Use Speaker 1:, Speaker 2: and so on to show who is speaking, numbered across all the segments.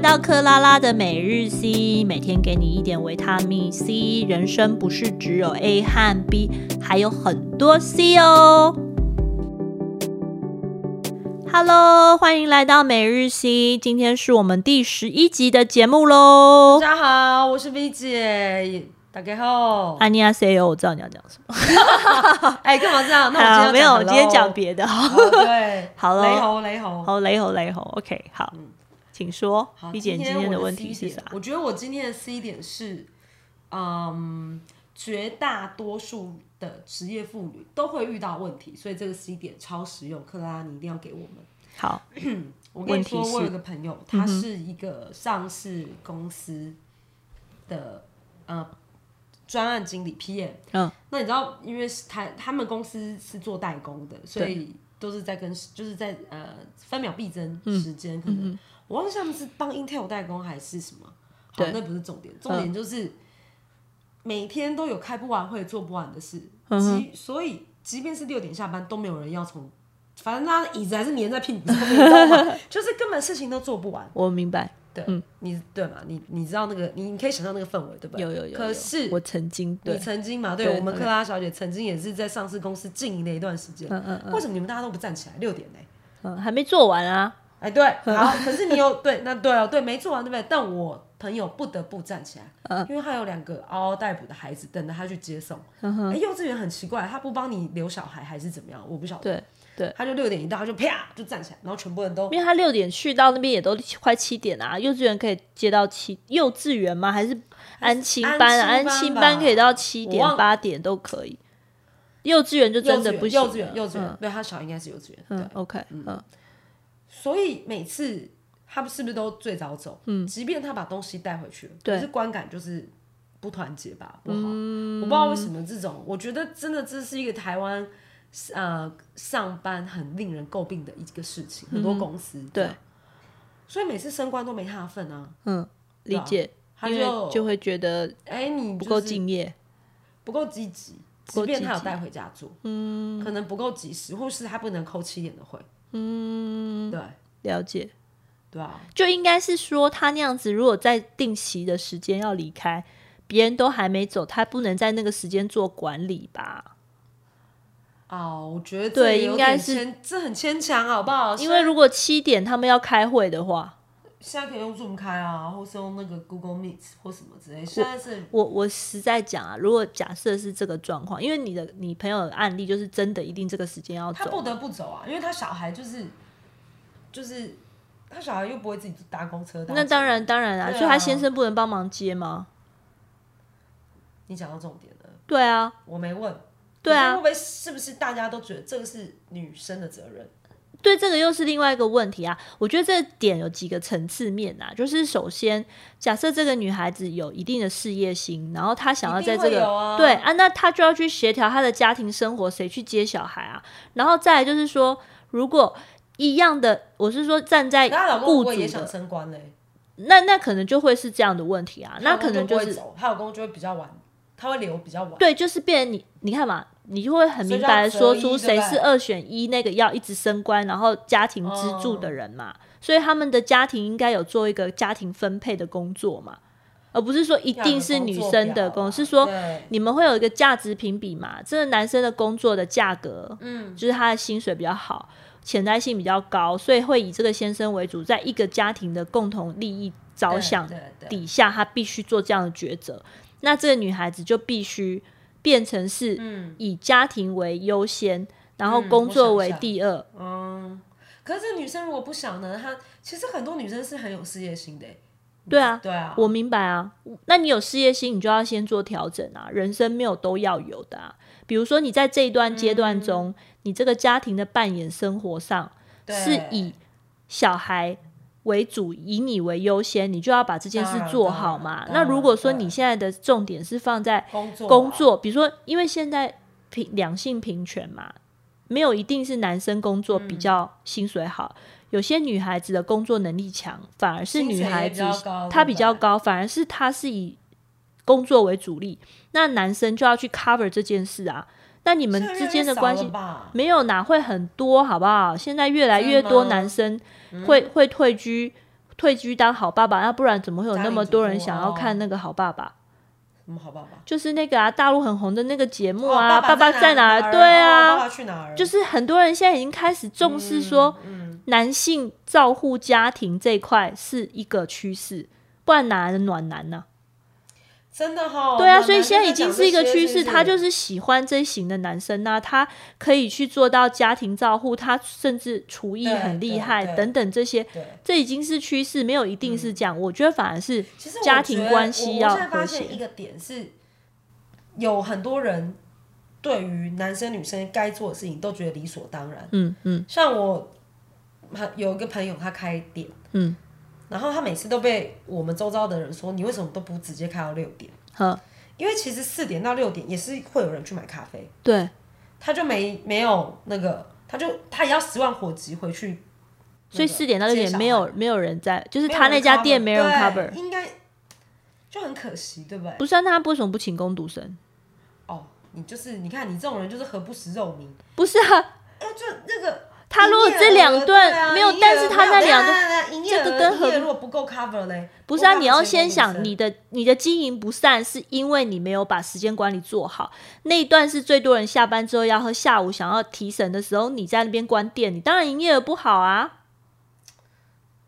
Speaker 1: 到克拉拉的每日 C，每天给你一点维他命 C。人生不是只有 A 和 B，还有很多 C 哦。Hello，欢迎来到每日 C，今天是我们第十一集的节目喽
Speaker 2: 大。家好，我是 V 姐。大家好，
Speaker 1: 安妮亚 C O，我知道你要讲什么。
Speaker 2: 哎，干嘛这样？
Speaker 1: 好
Speaker 2: 那我今天要讲
Speaker 1: 没有，我今天讲
Speaker 2: hello
Speaker 1: 别的。好，
Speaker 2: 哦对，
Speaker 1: 好咯
Speaker 2: 雷猴，雷猴。
Speaker 1: 好雷吼雷吼，OK，好，请说。
Speaker 2: 好
Speaker 1: 一姐，你今
Speaker 2: 我
Speaker 1: 天
Speaker 2: 的
Speaker 1: 的问
Speaker 2: C
Speaker 1: 题是
Speaker 2: 点
Speaker 1: 啥？
Speaker 2: 我觉得我今天的 C 点是，嗯，绝大多数的职业妇女都会遇到问题，所以这个 C 点超实用，克拉拉你一定要给我们。
Speaker 1: 好，
Speaker 2: 我跟你说，
Speaker 1: 问题是
Speaker 2: 我有一个朋友，他是一个上市公司的、呃专案经理 PM。
Speaker 1: 嗯，
Speaker 2: 那你知道，因为是他他们公司是做代工的，所以都是在跟就是在呃分秒必争时
Speaker 1: 嗯
Speaker 2: 间，可能、我忘记他们是帮 Intel 代工还是什么。好，
Speaker 1: 对嗯
Speaker 2: 那不是重点，重点就是、每天都有开不完会、做不完的事，
Speaker 1: 嗯哼
Speaker 2: 即所以即便是六点下班，都没有人要从。反正他椅子还是粘在屁股上面，你知道 吗？就是根本事情都做不完。
Speaker 1: 我明白。
Speaker 2: 对，你对嘛？你你知道那个，你你可以想象那个氛围，对不对？
Speaker 1: 有有有有
Speaker 2: 可是
Speaker 1: 我曾经
Speaker 2: 你
Speaker 1: 对，
Speaker 2: 曾经嘛，对
Speaker 1: 对
Speaker 2: 我们
Speaker 1: 对
Speaker 2: 克拉拉小姐曾经也是在上市公司经营的一段时间。
Speaker 1: 嗯嗯嗯
Speaker 2: 为什么你们大家都不站起来？六点呢、
Speaker 1: 嗯，还没做完啊。
Speaker 2: 哎，对， 好，可是你有对，那对哦，对，没做完，对不对？但我朋友不得不站起来，
Speaker 1: 嗯
Speaker 2: 因为他有两个嗷嗷待哺的孩子等着他去接送。
Speaker 1: 嗯
Speaker 2: 哎，幼稚园很奇怪，他不帮你留小孩还是怎么样？我不晓得。
Speaker 1: 对对，
Speaker 2: 他就六点一到，他就啪就站起来，然后全部人都
Speaker 1: 因为他六点去到那边也都快七点啦、幼稚园可以接到七，幼稚园吗？还是安亲班啊？
Speaker 2: 安
Speaker 1: 安
Speaker 2: 亲班吧
Speaker 1: 亲班可以到七
Speaker 2: 我
Speaker 1: 点
Speaker 2: 忘
Speaker 1: 八点都可以，幼稚园就真的不行
Speaker 2: 幼
Speaker 1: 了
Speaker 2: 稚园，幼稚园，幼稚园
Speaker 1: 嗯
Speaker 2: 对他小应该是幼稚园。对
Speaker 1: 嗯，，OK，嗯，
Speaker 2: 所以每次他们是不是都最早走？嗯，即便他把东西带回去了，
Speaker 1: 对
Speaker 2: 可是观感就是不团结吧，不好。
Speaker 1: 嗯
Speaker 2: 我不知道为什么这种，我觉得真的这是一个台湾呃上班很令人诟病的一个事情，很多公司、
Speaker 1: 对，
Speaker 2: 所以每次升官都没他的份啊。
Speaker 1: 理解，
Speaker 2: 他
Speaker 1: 因为
Speaker 2: 就
Speaker 1: 就会觉得
Speaker 2: 哎、你、就是、
Speaker 1: 不够敬业，
Speaker 2: 不够积极，
Speaker 1: 不
Speaker 2: 即
Speaker 1: 够积极
Speaker 2: 便他有带回家做，嗯，可能不够及时，或是他不能扣七点的会，嗯，对
Speaker 1: 了解。
Speaker 2: 对啊，
Speaker 1: 就应该是说，他那样子如果在定期的时间要离开，别人都还没走，他不能在那个时间做管理吧？
Speaker 2: 哦，我觉得这
Speaker 1: 对
Speaker 2: 也有
Speaker 1: 应该
Speaker 2: 点
Speaker 1: 是
Speaker 2: 牵这很牵强，好不好？
Speaker 1: 因为如果七点他们要开会的话，
Speaker 2: 现在可以用 Zoom 开啊，或是用那个 Google Meet 或什么之类。现在是
Speaker 1: 我我实在讲啊，如果假设是这个状况，因为你的你朋友的案例就是真的一定这个时间要
Speaker 2: 他不
Speaker 1: 走，
Speaker 2: 得不走啊，因为他小孩就是就是他小孩又不会自己搭公车。搭
Speaker 1: 那
Speaker 2: 捷
Speaker 1: 当然当然啊，
Speaker 2: 对啊
Speaker 1: 所以他先生不能帮忙接吗？
Speaker 2: 你讲到重点了，
Speaker 1: 对啊，
Speaker 2: 我没问。
Speaker 1: 对啊
Speaker 2: 可是会不会是不是大家都觉得这个是女生的责任？
Speaker 1: 对这个又是另外一个问题啊。我觉得这点有几个层次面啊，就是首先，假设这个女孩子有一定的事业心，然后她想要在这
Speaker 2: 一定会
Speaker 1: 个、
Speaker 2: 有啊
Speaker 1: 对啊，那她就要去协调她的家庭生活，谁去接小孩啊？然后再来就是说，如果一样的，我是说站在
Speaker 2: 那她老公会
Speaker 1: 哎雇
Speaker 2: 不会
Speaker 1: 主
Speaker 2: 也想
Speaker 1: 的，
Speaker 2: 升官嘞？
Speaker 1: 那那可能就会是这样的问题啊，那可能
Speaker 2: 她
Speaker 1: 就
Speaker 2: 老公就不会
Speaker 1: 是
Speaker 2: 走，她老公就会比较晚，他会留比较晚。
Speaker 1: 对，就是变成你你看嘛，你就会很明白的说出
Speaker 2: 所以
Speaker 1: 谁
Speaker 2: 要择一
Speaker 1: 是二选一，那个要一直升官，然后家庭支柱
Speaker 2: 哦
Speaker 1: 的人嘛，所以他们的家庭应该有做一个家庭分配的工作嘛，而不是说一定是女生的工，是说
Speaker 2: 啊对
Speaker 1: 你们会有一个价值评比嘛？这个男生的工作的价格，嗯，就是他的薪水比较好，潜在性比较高，所以会以这个先生为主，在一个家庭的共同利益着想
Speaker 2: 对对对
Speaker 1: 底下，他必须做这样的抉择。那这个女孩子就必须变成是以家庭为优先，然后
Speaker 2: 嗯
Speaker 1: 工
Speaker 2: 我
Speaker 1: 作
Speaker 2: 想
Speaker 1: 为
Speaker 2: 一下
Speaker 1: 第二。
Speaker 2: 嗯可是这女生如果不想呢，她其实很多女生是很有事业心的欸。
Speaker 1: 对啊，
Speaker 2: 对啊，
Speaker 1: 我明白啊，那你有事业心，你就要先做调整啊。人生没有都要有的啊，比如说你在这一段阶段中，你这个家庭的扮演生活上
Speaker 2: 嗯对
Speaker 1: 是以小孩为主，以你为优先，你就要把这件事
Speaker 2: 当然
Speaker 1: 做好嘛。
Speaker 2: 当
Speaker 1: 那
Speaker 2: 然
Speaker 1: 如果说
Speaker 2: 对
Speaker 1: 你现在的重点是放在
Speaker 2: 工作啊
Speaker 1: 工作，比如说，因为现在平两性平权嘛，没有一定是男生工作
Speaker 2: 嗯
Speaker 1: 比较薪水好，有些女孩子的工作能力强，反而是
Speaker 2: 薪水
Speaker 1: 女
Speaker 2: 也
Speaker 1: 孩
Speaker 2: 比
Speaker 1: 子
Speaker 2: 较高
Speaker 1: 她
Speaker 2: 对不
Speaker 1: 比较
Speaker 2: 对
Speaker 1: 高，反而是她是以工作为主力，那男生就要去 cover 这件事啊。那你们
Speaker 2: 现在越
Speaker 1: 之
Speaker 2: 来
Speaker 1: 间
Speaker 2: 越
Speaker 1: 的
Speaker 2: 少
Speaker 1: 关
Speaker 2: 了
Speaker 1: 系
Speaker 2: 吧
Speaker 1: 没有哪会很多，好不好？现在越来
Speaker 2: 真嗯
Speaker 1: 越
Speaker 2: 的
Speaker 1: 多
Speaker 2: 吗
Speaker 1: 男生会会退居退居当好爸爸，那不然怎么会有那么多人想
Speaker 2: 家
Speaker 1: 要
Speaker 2: 庭主妇啊哦
Speaker 1: 看那个好爸爸？
Speaker 2: 什嗯么好爸爸？
Speaker 1: 就是那个啊，大陆很红的那个节目
Speaker 2: 哦
Speaker 1: 啊，
Speaker 2: 爸
Speaker 1: 爸在哪
Speaker 2: 儿？
Speaker 1: 儿？对
Speaker 2: 哦爸
Speaker 1: 啊，
Speaker 2: 爸去哪儿？
Speaker 1: 就是很多人现在已经开始重视说
Speaker 2: 嗯，
Speaker 1: 男性照护家庭这一块是一个趋势，不然哪来的暖男呢、
Speaker 2: 真的哈。
Speaker 1: 对啊，
Speaker 2: 暖
Speaker 1: 所以
Speaker 2: 哦男
Speaker 1: 现在
Speaker 2: 在
Speaker 1: 已经
Speaker 2: 讲
Speaker 1: 是一
Speaker 2: 这
Speaker 1: 个
Speaker 2: 些
Speaker 1: 趋
Speaker 2: 是
Speaker 1: 势，
Speaker 2: 不
Speaker 1: 他就是喜欢这一型的男生呐、他可以去做到家庭照护，他甚至厨艺
Speaker 2: 对
Speaker 1: 很
Speaker 2: 对
Speaker 1: 厉害
Speaker 2: 对嗯
Speaker 1: 等等这些，
Speaker 2: 对。
Speaker 1: 这已经是趋势，没有一定是这样。我觉得反而是
Speaker 2: 其实我
Speaker 1: 家
Speaker 2: 觉
Speaker 1: 庭
Speaker 2: 得
Speaker 1: 关
Speaker 2: 我
Speaker 1: 系
Speaker 2: 我
Speaker 1: 要
Speaker 2: 现在发
Speaker 1: 和
Speaker 2: 现
Speaker 1: 谐
Speaker 2: 一个点是，有很多人对于男生女生该做的事情都觉得理所当然。
Speaker 1: 嗯嗯
Speaker 2: 像我很有一个朋友，他开店，
Speaker 1: 嗯，
Speaker 2: 然后他每次都被我们周遭的人说：“你为什么都不直接开到六点
Speaker 1: 好，？”
Speaker 2: 因为其实四点到六点也是会有人去买咖啡，
Speaker 1: 对，
Speaker 2: 他就没没有那个，他就他也要十万火急回去那个接小孩。
Speaker 1: 所以四点到六点没有没有人在，就是
Speaker 2: 没有
Speaker 1: 他那
Speaker 2: 人
Speaker 1: 家店
Speaker 2: cover，
Speaker 1: 没人
Speaker 2: 对
Speaker 1: cover，
Speaker 2: 应该就很可惜，对不对？
Speaker 1: 不是啊，那他为什么不请工读生？
Speaker 2: 哦，你就是你看你这种人就是何不食肉糜，
Speaker 1: 不是啊，
Speaker 2: 哎、就那个
Speaker 1: 他如果这两顿没有但是他那两顿
Speaker 2: 顿啊营业
Speaker 1: 这
Speaker 2: 额
Speaker 1: 个跟
Speaker 2: 营业额
Speaker 1: 何
Speaker 2: 如果不够 cover 嘞，
Speaker 1: 不是啊，
Speaker 2: 不
Speaker 1: 你
Speaker 2: 然
Speaker 1: 要
Speaker 2: 谁
Speaker 1: 先
Speaker 2: 能
Speaker 1: 想
Speaker 2: 生
Speaker 1: 你的你的经营不善，是因为你没有把时间管理做好。那一段是最多人下班之后要喝下午想要提神的时候，你在那边关店，你当然营业额不好啊。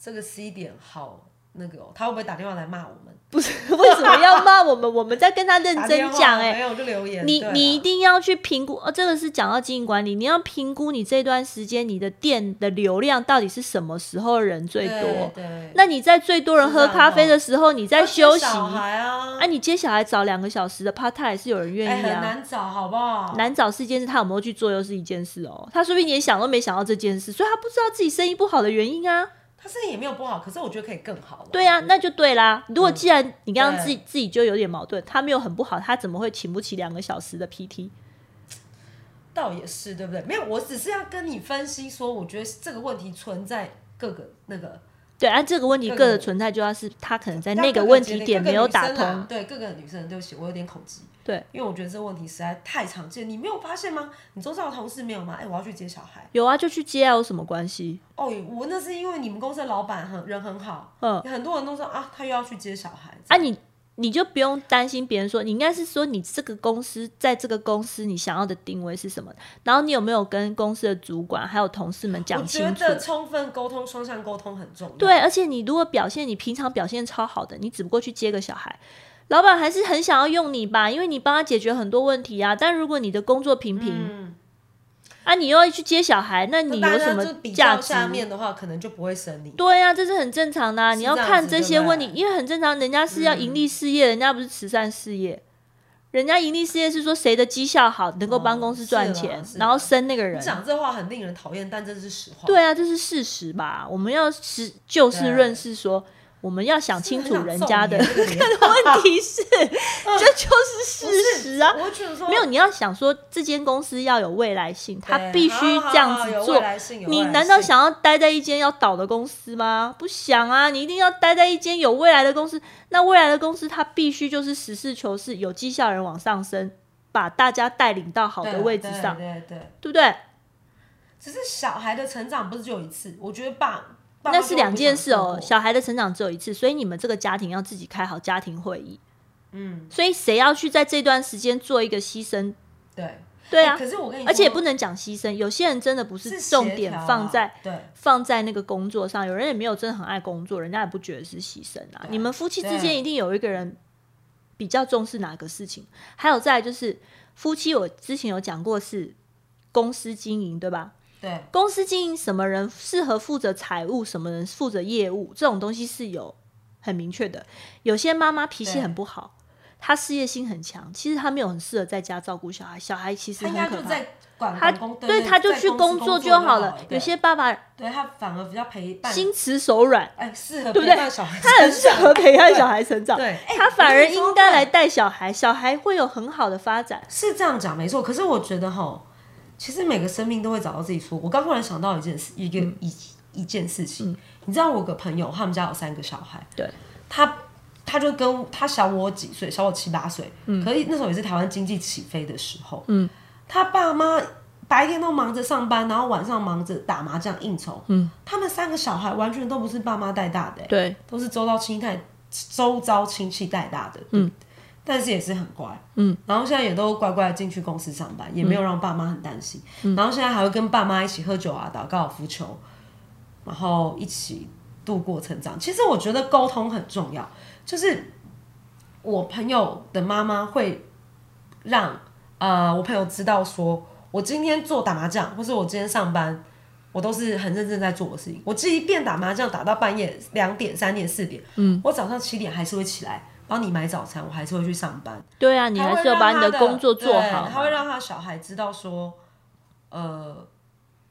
Speaker 2: 这个 C 点好那个、哦，他会不会打电话来骂我们？
Speaker 1: 不是为什么要骂我们？我们在跟他认
Speaker 2: 打电
Speaker 1: 真
Speaker 2: 话
Speaker 1: 讲哎、
Speaker 2: 没有就留言，
Speaker 1: 你
Speaker 2: 对啊
Speaker 1: 你一
Speaker 2: 啦
Speaker 1: 定要去评估，哦，这个是讲到经营管理，你要评估你这段时间你的店的流量到底是什么时候人最多。
Speaker 2: 对对
Speaker 1: 那你在最多人喝
Speaker 2: 是啊
Speaker 1: 咖啡的时候，你在
Speaker 2: 要接
Speaker 1: 休息，
Speaker 2: 小孩啊，
Speaker 1: 啊，你接小孩找两个小时的 part time 也是有人
Speaker 2: 哎、
Speaker 1: 愿意
Speaker 2: 很
Speaker 1: 啊。
Speaker 2: 难找，好不好？
Speaker 1: 难找是一件事，他有没有去做又是一件事哦。他说不定连想都没想到这件事，所以他不知道自己生意不好的原因啊。
Speaker 2: 他生意也没有不好，可是我觉得可以更好啦。
Speaker 1: 对啊，那就对啦。如果既然你刚刚自己、
Speaker 2: 嗯对
Speaker 1: 自己就有点矛盾，他没有很不好，他怎么会请不起两个小时的 PT？
Speaker 2: 倒也是，对不对？没有，我只是要跟你分析说，我觉得这个问题存在各个那个
Speaker 1: 对，按、这个问题
Speaker 2: 各
Speaker 1: 个
Speaker 2: 个
Speaker 1: 的存在，就要是他可能在
Speaker 2: 让
Speaker 1: 呃那
Speaker 2: 各
Speaker 1: 个问
Speaker 2: 节
Speaker 1: 题
Speaker 2: 点
Speaker 1: 点
Speaker 2: 各个
Speaker 1: 没有
Speaker 2: 女
Speaker 1: 打
Speaker 2: 生啊
Speaker 1: 通。
Speaker 2: 对各个女生，对不起，我有点口急。
Speaker 1: 对，
Speaker 2: 因为我觉得这个问题实在太常见，你没有发现吗？你周遭的同事没有吗？哎、我要去接小孩。
Speaker 1: 有啊，就去接啊，有什么关系？
Speaker 2: 哦，我那是因为你们公司的老板很人很好，
Speaker 1: 嗯，
Speaker 2: 很多人都说啊，他又要去接小孩。
Speaker 1: 啊你，你就不用担心别人说，你应该是说你这个公司在这个公司你想要的定位是什么，然后你有没有跟公司的主管还有同事们
Speaker 2: 我
Speaker 1: 讲
Speaker 2: 觉
Speaker 1: 清楚。
Speaker 2: 得充分沟通、双向沟通很重要。
Speaker 1: 对，而且你如果表现你平常表现超好的，你只不过去接个小孩，老板还是很想要用你吧，因为你帮他解决很多问题啊。但如果你的工作平平、
Speaker 2: 嗯，
Speaker 1: 啊，你又要去接小孩，那你
Speaker 2: 大
Speaker 1: 有
Speaker 2: 家
Speaker 1: 什
Speaker 2: 就
Speaker 1: 么
Speaker 2: 比
Speaker 1: 价
Speaker 2: 较
Speaker 1: 值？
Speaker 2: 下面的话，可能就不会生你。
Speaker 1: 对呀、这是很正常的、啊。你要
Speaker 2: 这样
Speaker 1: 看
Speaker 2: 子
Speaker 1: 这
Speaker 2: 对
Speaker 1: 些
Speaker 2: 不
Speaker 1: 问题，
Speaker 2: 对嗯
Speaker 1: 因为很正常，人家是要盈利事业，人家不是慈善事业。人家盈利事业是说谁的绩效好，能够帮
Speaker 2: 哦
Speaker 1: 公司
Speaker 2: 是
Speaker 1: 赚
Speaker 2: 啦
Speaker 1: 钱，
Speaker 2: 是
Speaker 1: 然后
Speaker 2: 啦
Speaker 1: 升那个人
Speaker 2: 你。讲这话很令人讨厌，但这是实话。
Speaker 1: 对啊，这是事实吧？我们要实就事论
Speaker 2: 对
Speaker 1: 事说，我们要想清
Speaker 2: 很
Speaker 1: 楚
Speaker 2: 想
Speaker 1: 人
Speaker 2: 揍
Speaker 1: 家
Speaker 2: 你啊嗯
Speaker 1: 的
Speaker 2: 这个脸
Speaker 1: 问题是，这就是事实啊。
Speaker 2: 我觉得说
Speaker 1: 没有，你要想说这间公司要有未来性，它
Speaker 2: 对
Speaker 1: 必须
Speaker 2: 好好
Speaker 1: 这样
Speaker 2: 好
Speaker 1: 子
Speaker 2: 有
Speaker 1: 做
Speaker 2: 未。来性有
Speaker 1: 你
Speaker 2: 未来
Speaker 1: 难道
Speaker 2: 性
Speaker 1: 想要待在一间要倒的公司吗？不想啊，你一定要待在一间有未来的公司。那未来的公司，它必须就是实事求是，有绩效的人往上升，把大家带领到好的
Speaker 2: 对啊
Speaker 1: 位置
Speaker 2: 对
Speaker 1: 上，
Speaker 2: 对对
Speaker 1: 对不对？
Speaker 2: 只是小孩的成长不是只有一次，我觉得爸爸妈
Speaker 1: 那是
Speaker 2: 就
Speaker 1: 两
Speaker 2: 不
Speaker 1: 件
Speaker 2: 想
Speaker 1: 事
Speaker 2: 错
Speaker 1: 哦
Speaker 2: 过。
Speaker 1: 小孩的成长只有一次，所以你们这个家庭要自己开好家庭会议。
Speaker 2: 嗯，
Speaker 1: 所以谁要去在这段时间做一个牺牲？
Speaker 2: 对
Speaker 1: 对
Speaker 2: 哎
Speaker 1: 啊，
Speaker 2: 可是我跟你说，
Speaker 1: 而且也不能讲牺牲，有些人真的不
Speaker 2: 是
Speaker 1: 是
Speaker 2: 协
Speaker 1: 重点
Speaker 2: 调啊
Speaker 1: 放在、
Speaker 2: 对
Speaker 1: 放在那个工作上，有人也没有真的很爱工作，人家也不觉得是牺牲啊。你们夫妻之间
Speaker 2: 对
Speaker 1: 一定有一个人比较重视哪个事情，还有再来就是夫妻，我之前有讲过是公司经营，对吧？
Speaker 2: 对
Speaker 1: 公司经营什么人适合负责财务，什么人负责业务，这种东西是有很明确的。有些妈妈脾气
Speaker 2: 对
Speaker 1: 很不好，她事业心很强，其实她没有很适合在家照顾小孩，小孩其实
Speaker 2: 他应
Speaker 1: 很
Speaker 2: 该
Speaker 1: 可
Speaker 2: 就
Speaker 1: 怕。
Speaker 2: 在管
Speaker 1: 他
Speaker 2: 管工，
Speaker 1: 对，他就去
Speaker 2: 工
Speaker 1: 作
Speaker 2: 作
Speaker 1: 就好
Speaker 2: 好
Speaker 1: 了。有
Speaker 2: 对
Speaker 1: 些爸爸
Speaker 2: 对他反而比较陪伴，
Speaker 1: 心慈手软，
Speaker 2: 哎适合
Speaker 1: 对不
Speaker 2: 陪
Speaker 1: 对
Speaker 2: 伴小孩
Speaker 1: 他很
Speaker 2: 成
Speaker 1: 适
Speaker 2: 长
Speaker 1: 合陪伴
Speaker 2: 对
Speaker 1: 小孩成长，
Speaker 2: 对哎
Speaker 1: 他反
Speaker 2: 我
Speaker 1: 而
Speaker 2: 跟你说
Speaker 1: 应该
Speaker 2: 对
Speaker 1: 来带小孩，小孩会有很好的发展。
Speaker 2: 是这样讲没错，可是我觉得哈，其实每个生命都会找到自己出路。我刚忽然想到一件事，一个、一一件事情，你知道我有个朋友，他们家有三个小孩，
Speaker 1: 对，
Speaker 2: 他他就跟他小我几岁，小我七八岁，可是那时候也是台湾经济起飞的时候，嗯，他爸妈。白天都忙着上班，然后晚上忙着打麻将应酬。嗯，他们三个小孩完全都不是爸妈带大的、欸，
Speaker 1: 对，
Speaker 2: 都是周遭亲戚带周遭亲戚带大的。嗯，但是也是很乖。嗯，然后现在也都乖乖地进去公司上班，也没有让爸妈很担心。然后现在还会跟爸妈一起喝酒啊，打高尔夫球，然后一起度过成长。其实我觉得沟通很重要，就是我朋友的妈妈会让呃我朋友知道说，我今天做打麻将，或是我今天上班，我都是很认真在做我的事情。我即便打麻将打到半夜两点、三点、四点，嗯，我早上七点还是会起来帮你买早餐，我还是会去上班。
Speaker 1: 对啊，你
Speaker 2: 他
Speaker 1: 还
Speaker 2: 会
Speaker 1: 是要
Speaker 2: 让
Speaker 1: 把你
Speaker 2: 他
Speaker 1: 的工作做
Speaker 2: 对
Speaker 1: 好
Speaker 2: 他会
Speaker 1: 嘛。
Speaker 2: 让他小孩知道说，呃，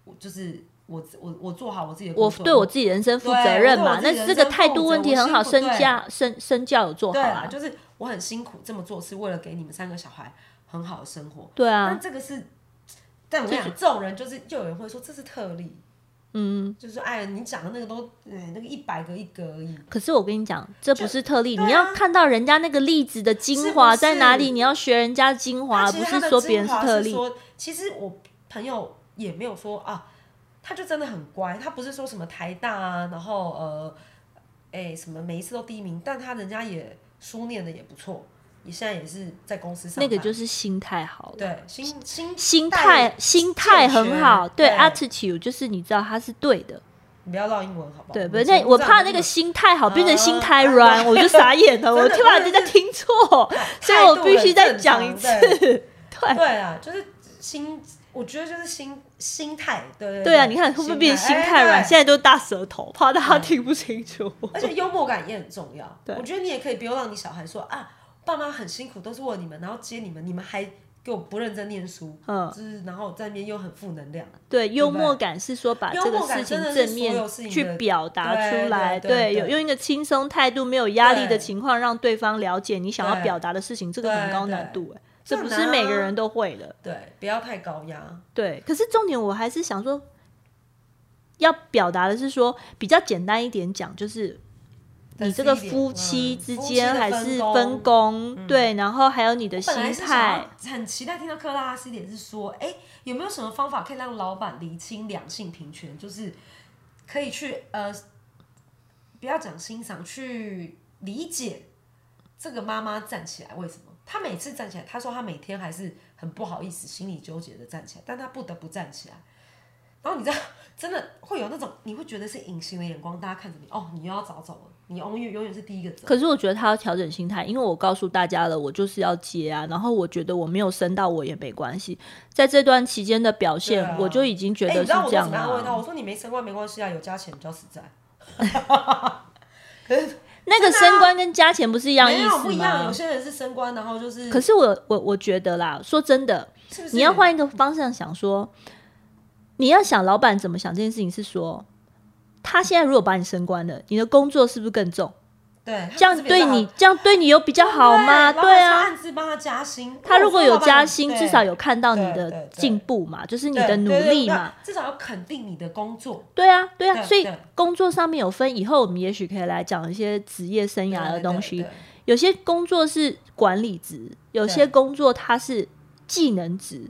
Speaker 2: 我就是我我我做好我自己的工
Speaker 1: 我
Speaker 2: 作，
Speaker 1: 对我自己人生负
Speaker 2: 对
Speaker 1: 责
Speaker 2: 我
Speaker 1: 任
Speaker 2: 对
Speaker 1: 嘛
Speaker 2: 我，自
Speaker 1: 那
Speaker 2: 己人
Speaker 1: 这个
Speaker 2: 生
Speaker 1: 态
Speaker 2: 负
Speaker 1: 度
Speaker 2: 责
Speaker 1: 问
Speaker 2: 我
Speaker 1: 题很
Speaker 2: 辛
Speaker 1: 好，
Speaker 2: 苦
Speaker 1: 身
Speaker 2: 对
Speaker 1: 家身身教有做好
Speaker 2: 对
Speaker 1: 啊
Speaker 2: 啦，，就是我很辛苦这么做是为了给你们三个小孩很好的生活。
Speaker 1: 对
Speaker 2: 但
Speaker 1: 啊，
Speaker 2: 这个是，但我跟你讲，这种人就是就有人会说这是特例，嗯，就是哎，你讲的那个都，哎，那个一百个一个而已，
Speaker 1: 可是我跟你讲，这不
Speaker 2: 就是
Speaker 1: 特例，
Speaker 2: 对
Speaker 1: 你要
Speaker 2: 啊
Speaker 1: 看到人家那个例子的
Speaker 2: 是
Speaker 1: 精
Speaker 2: 不
Speaker 1: 华在哪里，
Speaker 2: 是
Speaker 1: 你要学人家精华，
Speaker 2: 他
Speaker 1: 而
Speaker 2: 其
Speaker 1: 不
Speaker 2: 实他的
Speaker 1: 说别人
Speaker 2: 精华
Speaker 1: 特
Speaker 2: 是
Speaker 1: 例。
Speaker 2: 说其实我朋友也没有说啊，他就真的很乖，他不是说什么台大啊，然后呃，哎、什么每一次都第一名，但他人家也书念的也不错，也现在也是在公司上
Speaker 1: 那
Speaker 2: 班。
Speaker 1: 个就是心态好了，
Speaker 2: 对心心
Speaker 1: 心态心态很好，
Speaker 2: 对
Speaker 1: 对 attitude 就是你知道他是对的，
Speaker 2: 你不要绕英文好不好？
Speaker 1: 对，
Speaker 2: 我
Speaker 1: 不
Speaker 2: 们
Speaker 1: 是那
Speaker 2: 节目
Speaker 1: 我
Speaker 2: 上
Speaker 1: 怕
Speaker 2: 有
Speaker 1: 那
Speaker 2: 英
Speaker 1: 个
Speaker 2: 文
Speaker 1: 心太好变成心太
Speaker 2: 啊
Speaker 1: 软，我就傻眼了，我
Speaker 2: 真的
Speaker 1: 突然
Speaker 2: 真
Speaker 1: 间
Speaker 2: 的
Speaker 1: 在
Speaker 2: 是
Speaker 1: 听错，所以
Speaker 2: 态
Speaker 1: 我
Speaker 2: 度
Speaker 1: 必须
Speaker 2: 很
Speaker 1: 再
Speaker 2: 正
Speaker 1: 讲一
Speaker 2: 常
Speaker 1: 次，哎
Speaker 2: 对
Speaker 1: 对。
Speaker 2: 对啊，就是心，我觉得就是心心态，对对
Speaker 1: 对啊，你看会不会变心太软？
Speaker 2: 哎对
Speaker 1: 现在都大舌头，怕大家听不清楚。
Speaker 2: 而且幽默感也很重要。
Speaker 1: 对
Speaker 2: 我觉得你也可以不用让你小孩说啊，爸妈很辛苦，都是为了你们，然后接你们，你们还给我不认真念书，
Speaker 1: 嗯
Speaker 2: 就是然后在那边又很负能量。
Speaker 1: 对，幽默感是说把
Speaker 2: 幽
Speaker 1: 这个
Speaker 2: 默感
Speaker 1: 事情
Speaker 2: 真的是
Speaker 1: 正
Speaker 2: 所
Speaker 1: 面
Speaker 2: 有事情
Speaker 1: 去
Speaker 2: 的
Speaker 1: 表达
Speaker 2: 对
Speaker 1: 出
Speaker 2: 对
Speaker 1: 来，
Speaker 2: 对对
Speaker 1: 有用一个轻松态度、没有压力的
Speaker 2: 对
Speaker 1: 情况，让对方了解你想要
Speaker 2: 对
Speaker 1: 表达的事情，这个很
Speaker 2: 对
Speaker 1: 高
Speaker 2: 对
Speaker 1: 难度哎，这不
Speaker 2: 很
Speaker 1: 是
Speaker 2: 难
Speaker 1: 每个
Speaker 2: 啊
Speaker 1: 人都会的。
Speaker 2: 对，不要太高压。
Speaker 1: 对，可是重点我还是想说，要表达的是说比较简单一点讲，就是你这个夫
Speaker 2: 嗯
Speaker 1: 妻之间还是分
Speaker 2: 工。嗯
Speaker 1: 工，对，然后还有你的心
Speaker 2: 本来是想
Speaker 1: 态
Speaker 2: 要，很期待听到克拉斯点是说，哎、有没有什么方法可以让老板厘清两性平权？就是可以去呃，不要讲欣赏，去理解这个妈妈站起来为什么？她每次站起来，她说她每天还是很不好意思，心里纠结的站起来，但她不得不站起来。然后你知道，真的会有那种你会觉得是隐形的眼光，大家看着你，哦，你又要早走了，你永远永远是第一个走。
Speaker 1: 可是我觉得他要调整心态，因为我告诉大家了，我就是要接啊。然后我觉得我没有升到我也没关系，在这段期间的表现，
Speaker 2: 对啊
Speaker 1: 我就已经觉
Speaker 2: 哎，
Speaker 1: 得
Speaker 2: 你
Speaker 1: 是
Speaker 2: 知道我
Speaker 1: 这
Speaker 2: 都
Speaker 1: 样啊
Speaker 2: 怎么
Speaker 1: 了、
Speaker 2: 安慰他？我说你没升官没关系啊，有加钱比较实在。
Speaker 1: 那个升官跟加钱不是一样意
Speaker 2: 没有
Speaker 1: 思
Speaker 2: 啊不一样，有
Speaker 1: 吗？
Speaker 2: 些人是升官，然后就是
Speaker 1: 可是我我我觉得啦，说真的，
Speaker 2: 是不是
Speaker 1: 你要换一个方向想说，你要想老板怎么想这件事情是说，他现在如果把你升官了，你的工作是不是更重？
Speaker 2: 对
Speaker 1: 这样对你这样对你有比较好吗？
Speaker 2: 对
Speaker 1: 对啊，
Speaker 2: 暗自帮他加薪。
Speaker 1: 他如果有
Speaker 2: 我说老板
Speaker 1: 加薪，
Speaker 2: 对
Speaker 1: 至少有看到你
Speaker 2: 对
Speaker 1: 的
Speaker 2: 对对
Speaker 1: 进步嘛，就是你
Speaker 2: 对
Speaker 1: 的努
Speaker 2: 对对
Speaker 1: 力
Speaker 2: 对
Speaker 1: 嘛。
Speaker 2: 至少要肯定你的工作。
Speaker 1: 对啊，对啊，
Speaker 2: 对
Speaker 1: 所以
Speaker 2: 对
Speaker 1: 工作上面有分，以后我们也许可以来讲一些职业生涯的
Speaker 2: 对
Speaker 1: 东西
Speaker 2: 对。对
Speaker 1: 有些工作是管理职，有些
Speaker 2: 对
Speaker 1: 工作它是技能职。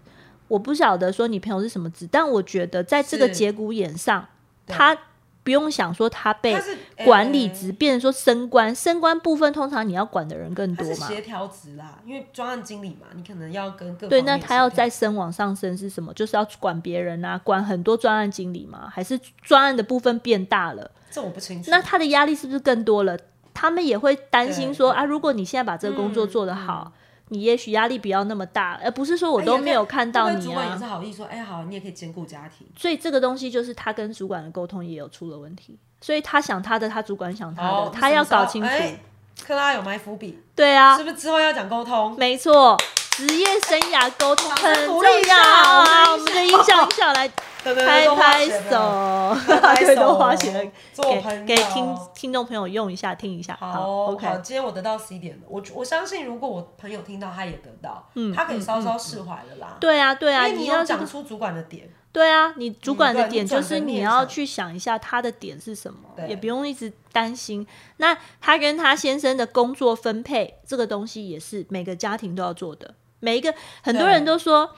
Speaker 1: 我不晓得说你朋友是什么职，但我觉得在这个
Speaker 2: 是
Speaker 1: 节骨眼上，
Speaker 2: 对
Speaker 1: 他不用想说他被
Speaker 2: 他是
Speaker 1: 管理。
Speaker 2: 哎
Speaker 1: 职，变成说升官，升官部分通常你要管的人更
Speaker 2: 他
Speaker 1: 多
Speaker 2: 是
Speaker 1: 嘛。
Speaker 2: 协调职啦，因为专案经理嘛，你可能要跟各
Speaker 1: 对，
Speaker 2: 方
Speaker 1: 那
Speaker 2: 面
Speaker 1: 他要
Speaker 2: 协调
Speaker 1: 再升往上升是什么？就是要管别人啊，管很多专案经理嘛，还是专案的部分变大了？
Speaker 2: 这我不清楚。
Speaker 1: 那他的压力是不是更多了？他们也会担心
Speaker 2: 对
Speaker 1: 说
Speaker 2: 对嗯
Speaker 1: 啊，如果你现在把这个工作做得好，你也许压力不要那么大，而不是说我
Speaker 2: 哎
Speaker 1: 都
Speaker 2: 也
Speaker 1: 没有看到
Speaker 2: 会不会
Speaker 1: 你
Speaker 2: 主管也
Speaker 1: 啊
Speaker 2: 是。好意说，哎，好，你也可以兼顾家庭。
Speaker 1: 所以这个东西就是他跟主管的沟通也有出了问题，所以他想他的，他主管想他的，
Speaker 2: 好，
Speaker 1: 哦他要搞清楚。
Speaker 2: 哎克拉有埋伏笔，
Speaker 1: 对啊
Speaker 2: 是，不是之后要讲沟通？
Speaker 1: 没错，职业生涯沟通很
Speaker 2: 鼓
Speaker 1: 重
Speaker 2: 励一
Speaker 1: 要
Speaker 2: 下
Speaker 1: 啊！我们
Speaker 2: 我们
Speaker 1: 的
Speaker 2: 的
Speaker 1: 音
Speaker 2: 音
Speaker 1: 效音效来
Speaker 2: 对对
Speaker 1: 拍
Speaker 2: 对，
Speaker 1: 拍
Speaker 2: 都
Speaker 1: 手，
Speaker 2: 花钱了，拍拍
Speaker 1: 对，
Speaker 2: 手，
Speaker 1: 多花钱
Speaker 2: 做朋友
Speaker 1: 给给听听众朋友用一下，听一下。
Speaker 2: 好
Speaker 1: 好，OK，
Speaker 2: 好今天我得到 C 点了，我我相信如果我朋友听到，他也得到，
Speaker 1: 嗯
Speaker 2: 他可以稍稍释怀了啦。
Speaker 1: 对啊，对啊，
Speaker 2: 因为你
Speaker 1: 要
Speaker 2: 有
Speaker 1: 是
Speaker 2: 讲出主管的点，
Speaker 1: 对啊，你主管的
Speaker 2: 对
Speaker 1: 点
Speaker 2: 你
Speaker 1: 就
Speaker 2: 转
Speaker 1: 是
Speaker 2: 个
Speaker 1: 你
Speaker 2: 念
Speaker 1: 要
Speaker 2: 上
Speaker 1: 去想一下他的点是什么，
Speaker 2: 对
Speaker 1: 也不用一直担心。那他跟他先生的工作分配这个东西也是每个家庭都要做的，每一个很多人
Speaker 2: 对
Speaker 1: 都说，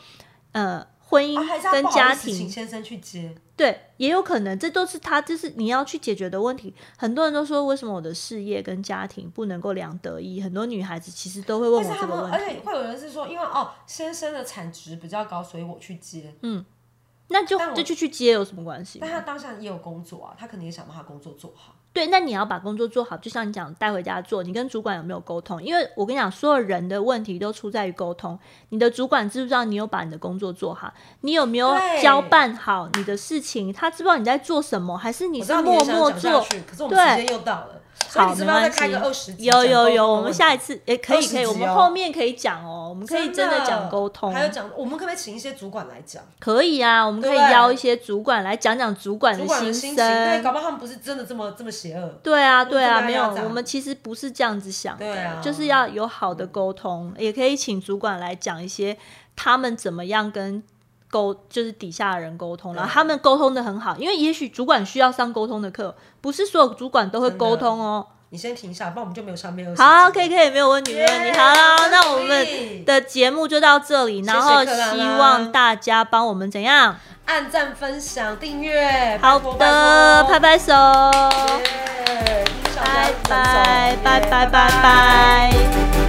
Speaker 1: 呃，婚
Speaker 2: 啊，还是
Speaker 1: 姻
Speaker 2: 他
Speaker 1: 跟
Speaker 2: 不好
Speaker 1: 家
Speaker 2: 意思请
Speaker 1: 庭，
Speaker 2: 先生去接，
Speaker 1: 对，也有可能，这都是他就是你要去解决的问题。很多人都说，为什么我的事业跟家庭不能够两得一？很多女孩子其实都会问
Speaker 2: 但
Speaker 1: 我
Speaker 2: 是
Speaker 1: 这
Speaker 2: 他
Speaker 1: 个
Speaker 2: 们
Speaker 1: 问
Speaker 2: 而
Speaker 1: 题，
Speaker 2: 且会有人是说，因为哦先生的产值比较高，所以我去接，
Speaker 1: 那就
Speaker 2: 但我
Speaker 1: 这就去接有什么关系吗
Speaker 2: 但？他当下也有工作啊，他肯定也想把他工作做好。
Speaker 1: 对，那你要把工作做好，就像你讲带回家做，你跟主管有没有沟通？因为我跟你讲，所有人的问题都出在于沟通。你的主管知不知道你有把你的工作做好？你有没有
Speaker 2: 对
Speaker 1: 交办好你的事情？他知不知道你在做什么？还是你
Speaker 2: 我
Speaker 1: 是
Speaker 2: 知道你也
Speaker 1: 默
Speaker 2: 想
Speaker 1: 默
Speaker 2: 讲下
Speaker 1: 做？
Speaker 2: 去，可是我们时间又到了，所以你
Speaker 1: 好，
Speaker 2: 是
Speaker 1: 没
Speaker 2: 不是要再
Speaker 1: 关
Speaker 2: 开
Speaker 1: 系
Speaker 2: 个二十。集？
Speaker 1: 有有有，我
Speaker 2: 讲沟通的问
Speaker 1: 们
Speaker 2: 题
Speaker 1: 下一次也可以
Speaker 2: 20
Speaker 1: 可以，我
Speaker 2: 集
Speaker 1: 们
Speaker 2: 哦
Speaker 1: 后面可以讲哦，我们可以真的讲沟通，
Speaker 2: 还有讲，我们可不可以请一些主管来讲
Speaker 1: 可以啊，我们可以
Speaker 2: 对不对
Speaker 1: 邀一些主管来讲讲主管
Speaker 2: 主
Speaker 1: 的
Speaker 2: 管的
Speaker 1: 心
Speaker 2: 心情？
Speaker 1: 声
Speaker 2: 对，。搞不好他们不是真的这么这么邪恶。
Speaker 1: 对啊，对啊，
Speaker 2: 这个
Speaker 1: 没
Speaker 2: 要
Speaker 1: 有，
Speaker 2: 讲
Speaker 1: 我们其实不是这样子想
Speaker 2: 对
Speaker 1: 的，
Speaker 2: 啊
Speaker 1: 就是要有好的沟通，也可以请主管来讲一些他们怎么样跟沟，就是底下的人沟通，然后他们沟通的很好，因为也许主管需要上沟通的课，不是所有主管都会
Speaker 2: 的
Speaker 1: 沟通哦。
Speaker 2: 你先停一下，不然我们就没有上面二十集了。
Speaker 1: 好，可以可以，没有问题，没有问题。
Speaker 2: 耶
Speaker 1: 好啦，
Speaker 2: 真
Speaker 1: 那我们
Speaker 2: 可以
Speaker 1: 的节目就到这里，然后
Speaker 2: 克拉拉
Speaker 1: 希望大家帮我们怎样？
Speaker 2: 按赞、分享、订阅。
Speaker 1: 好的，拍
Speaker 2: 拜
Speaker 1: 拍手，
Speaker 2: 拜耶，
Speaker 1: 拜
Speaker 2: 拜
Speaker 1: 拜拜拜拜
Speaker 2: 拜。
Speaker 1: 拜。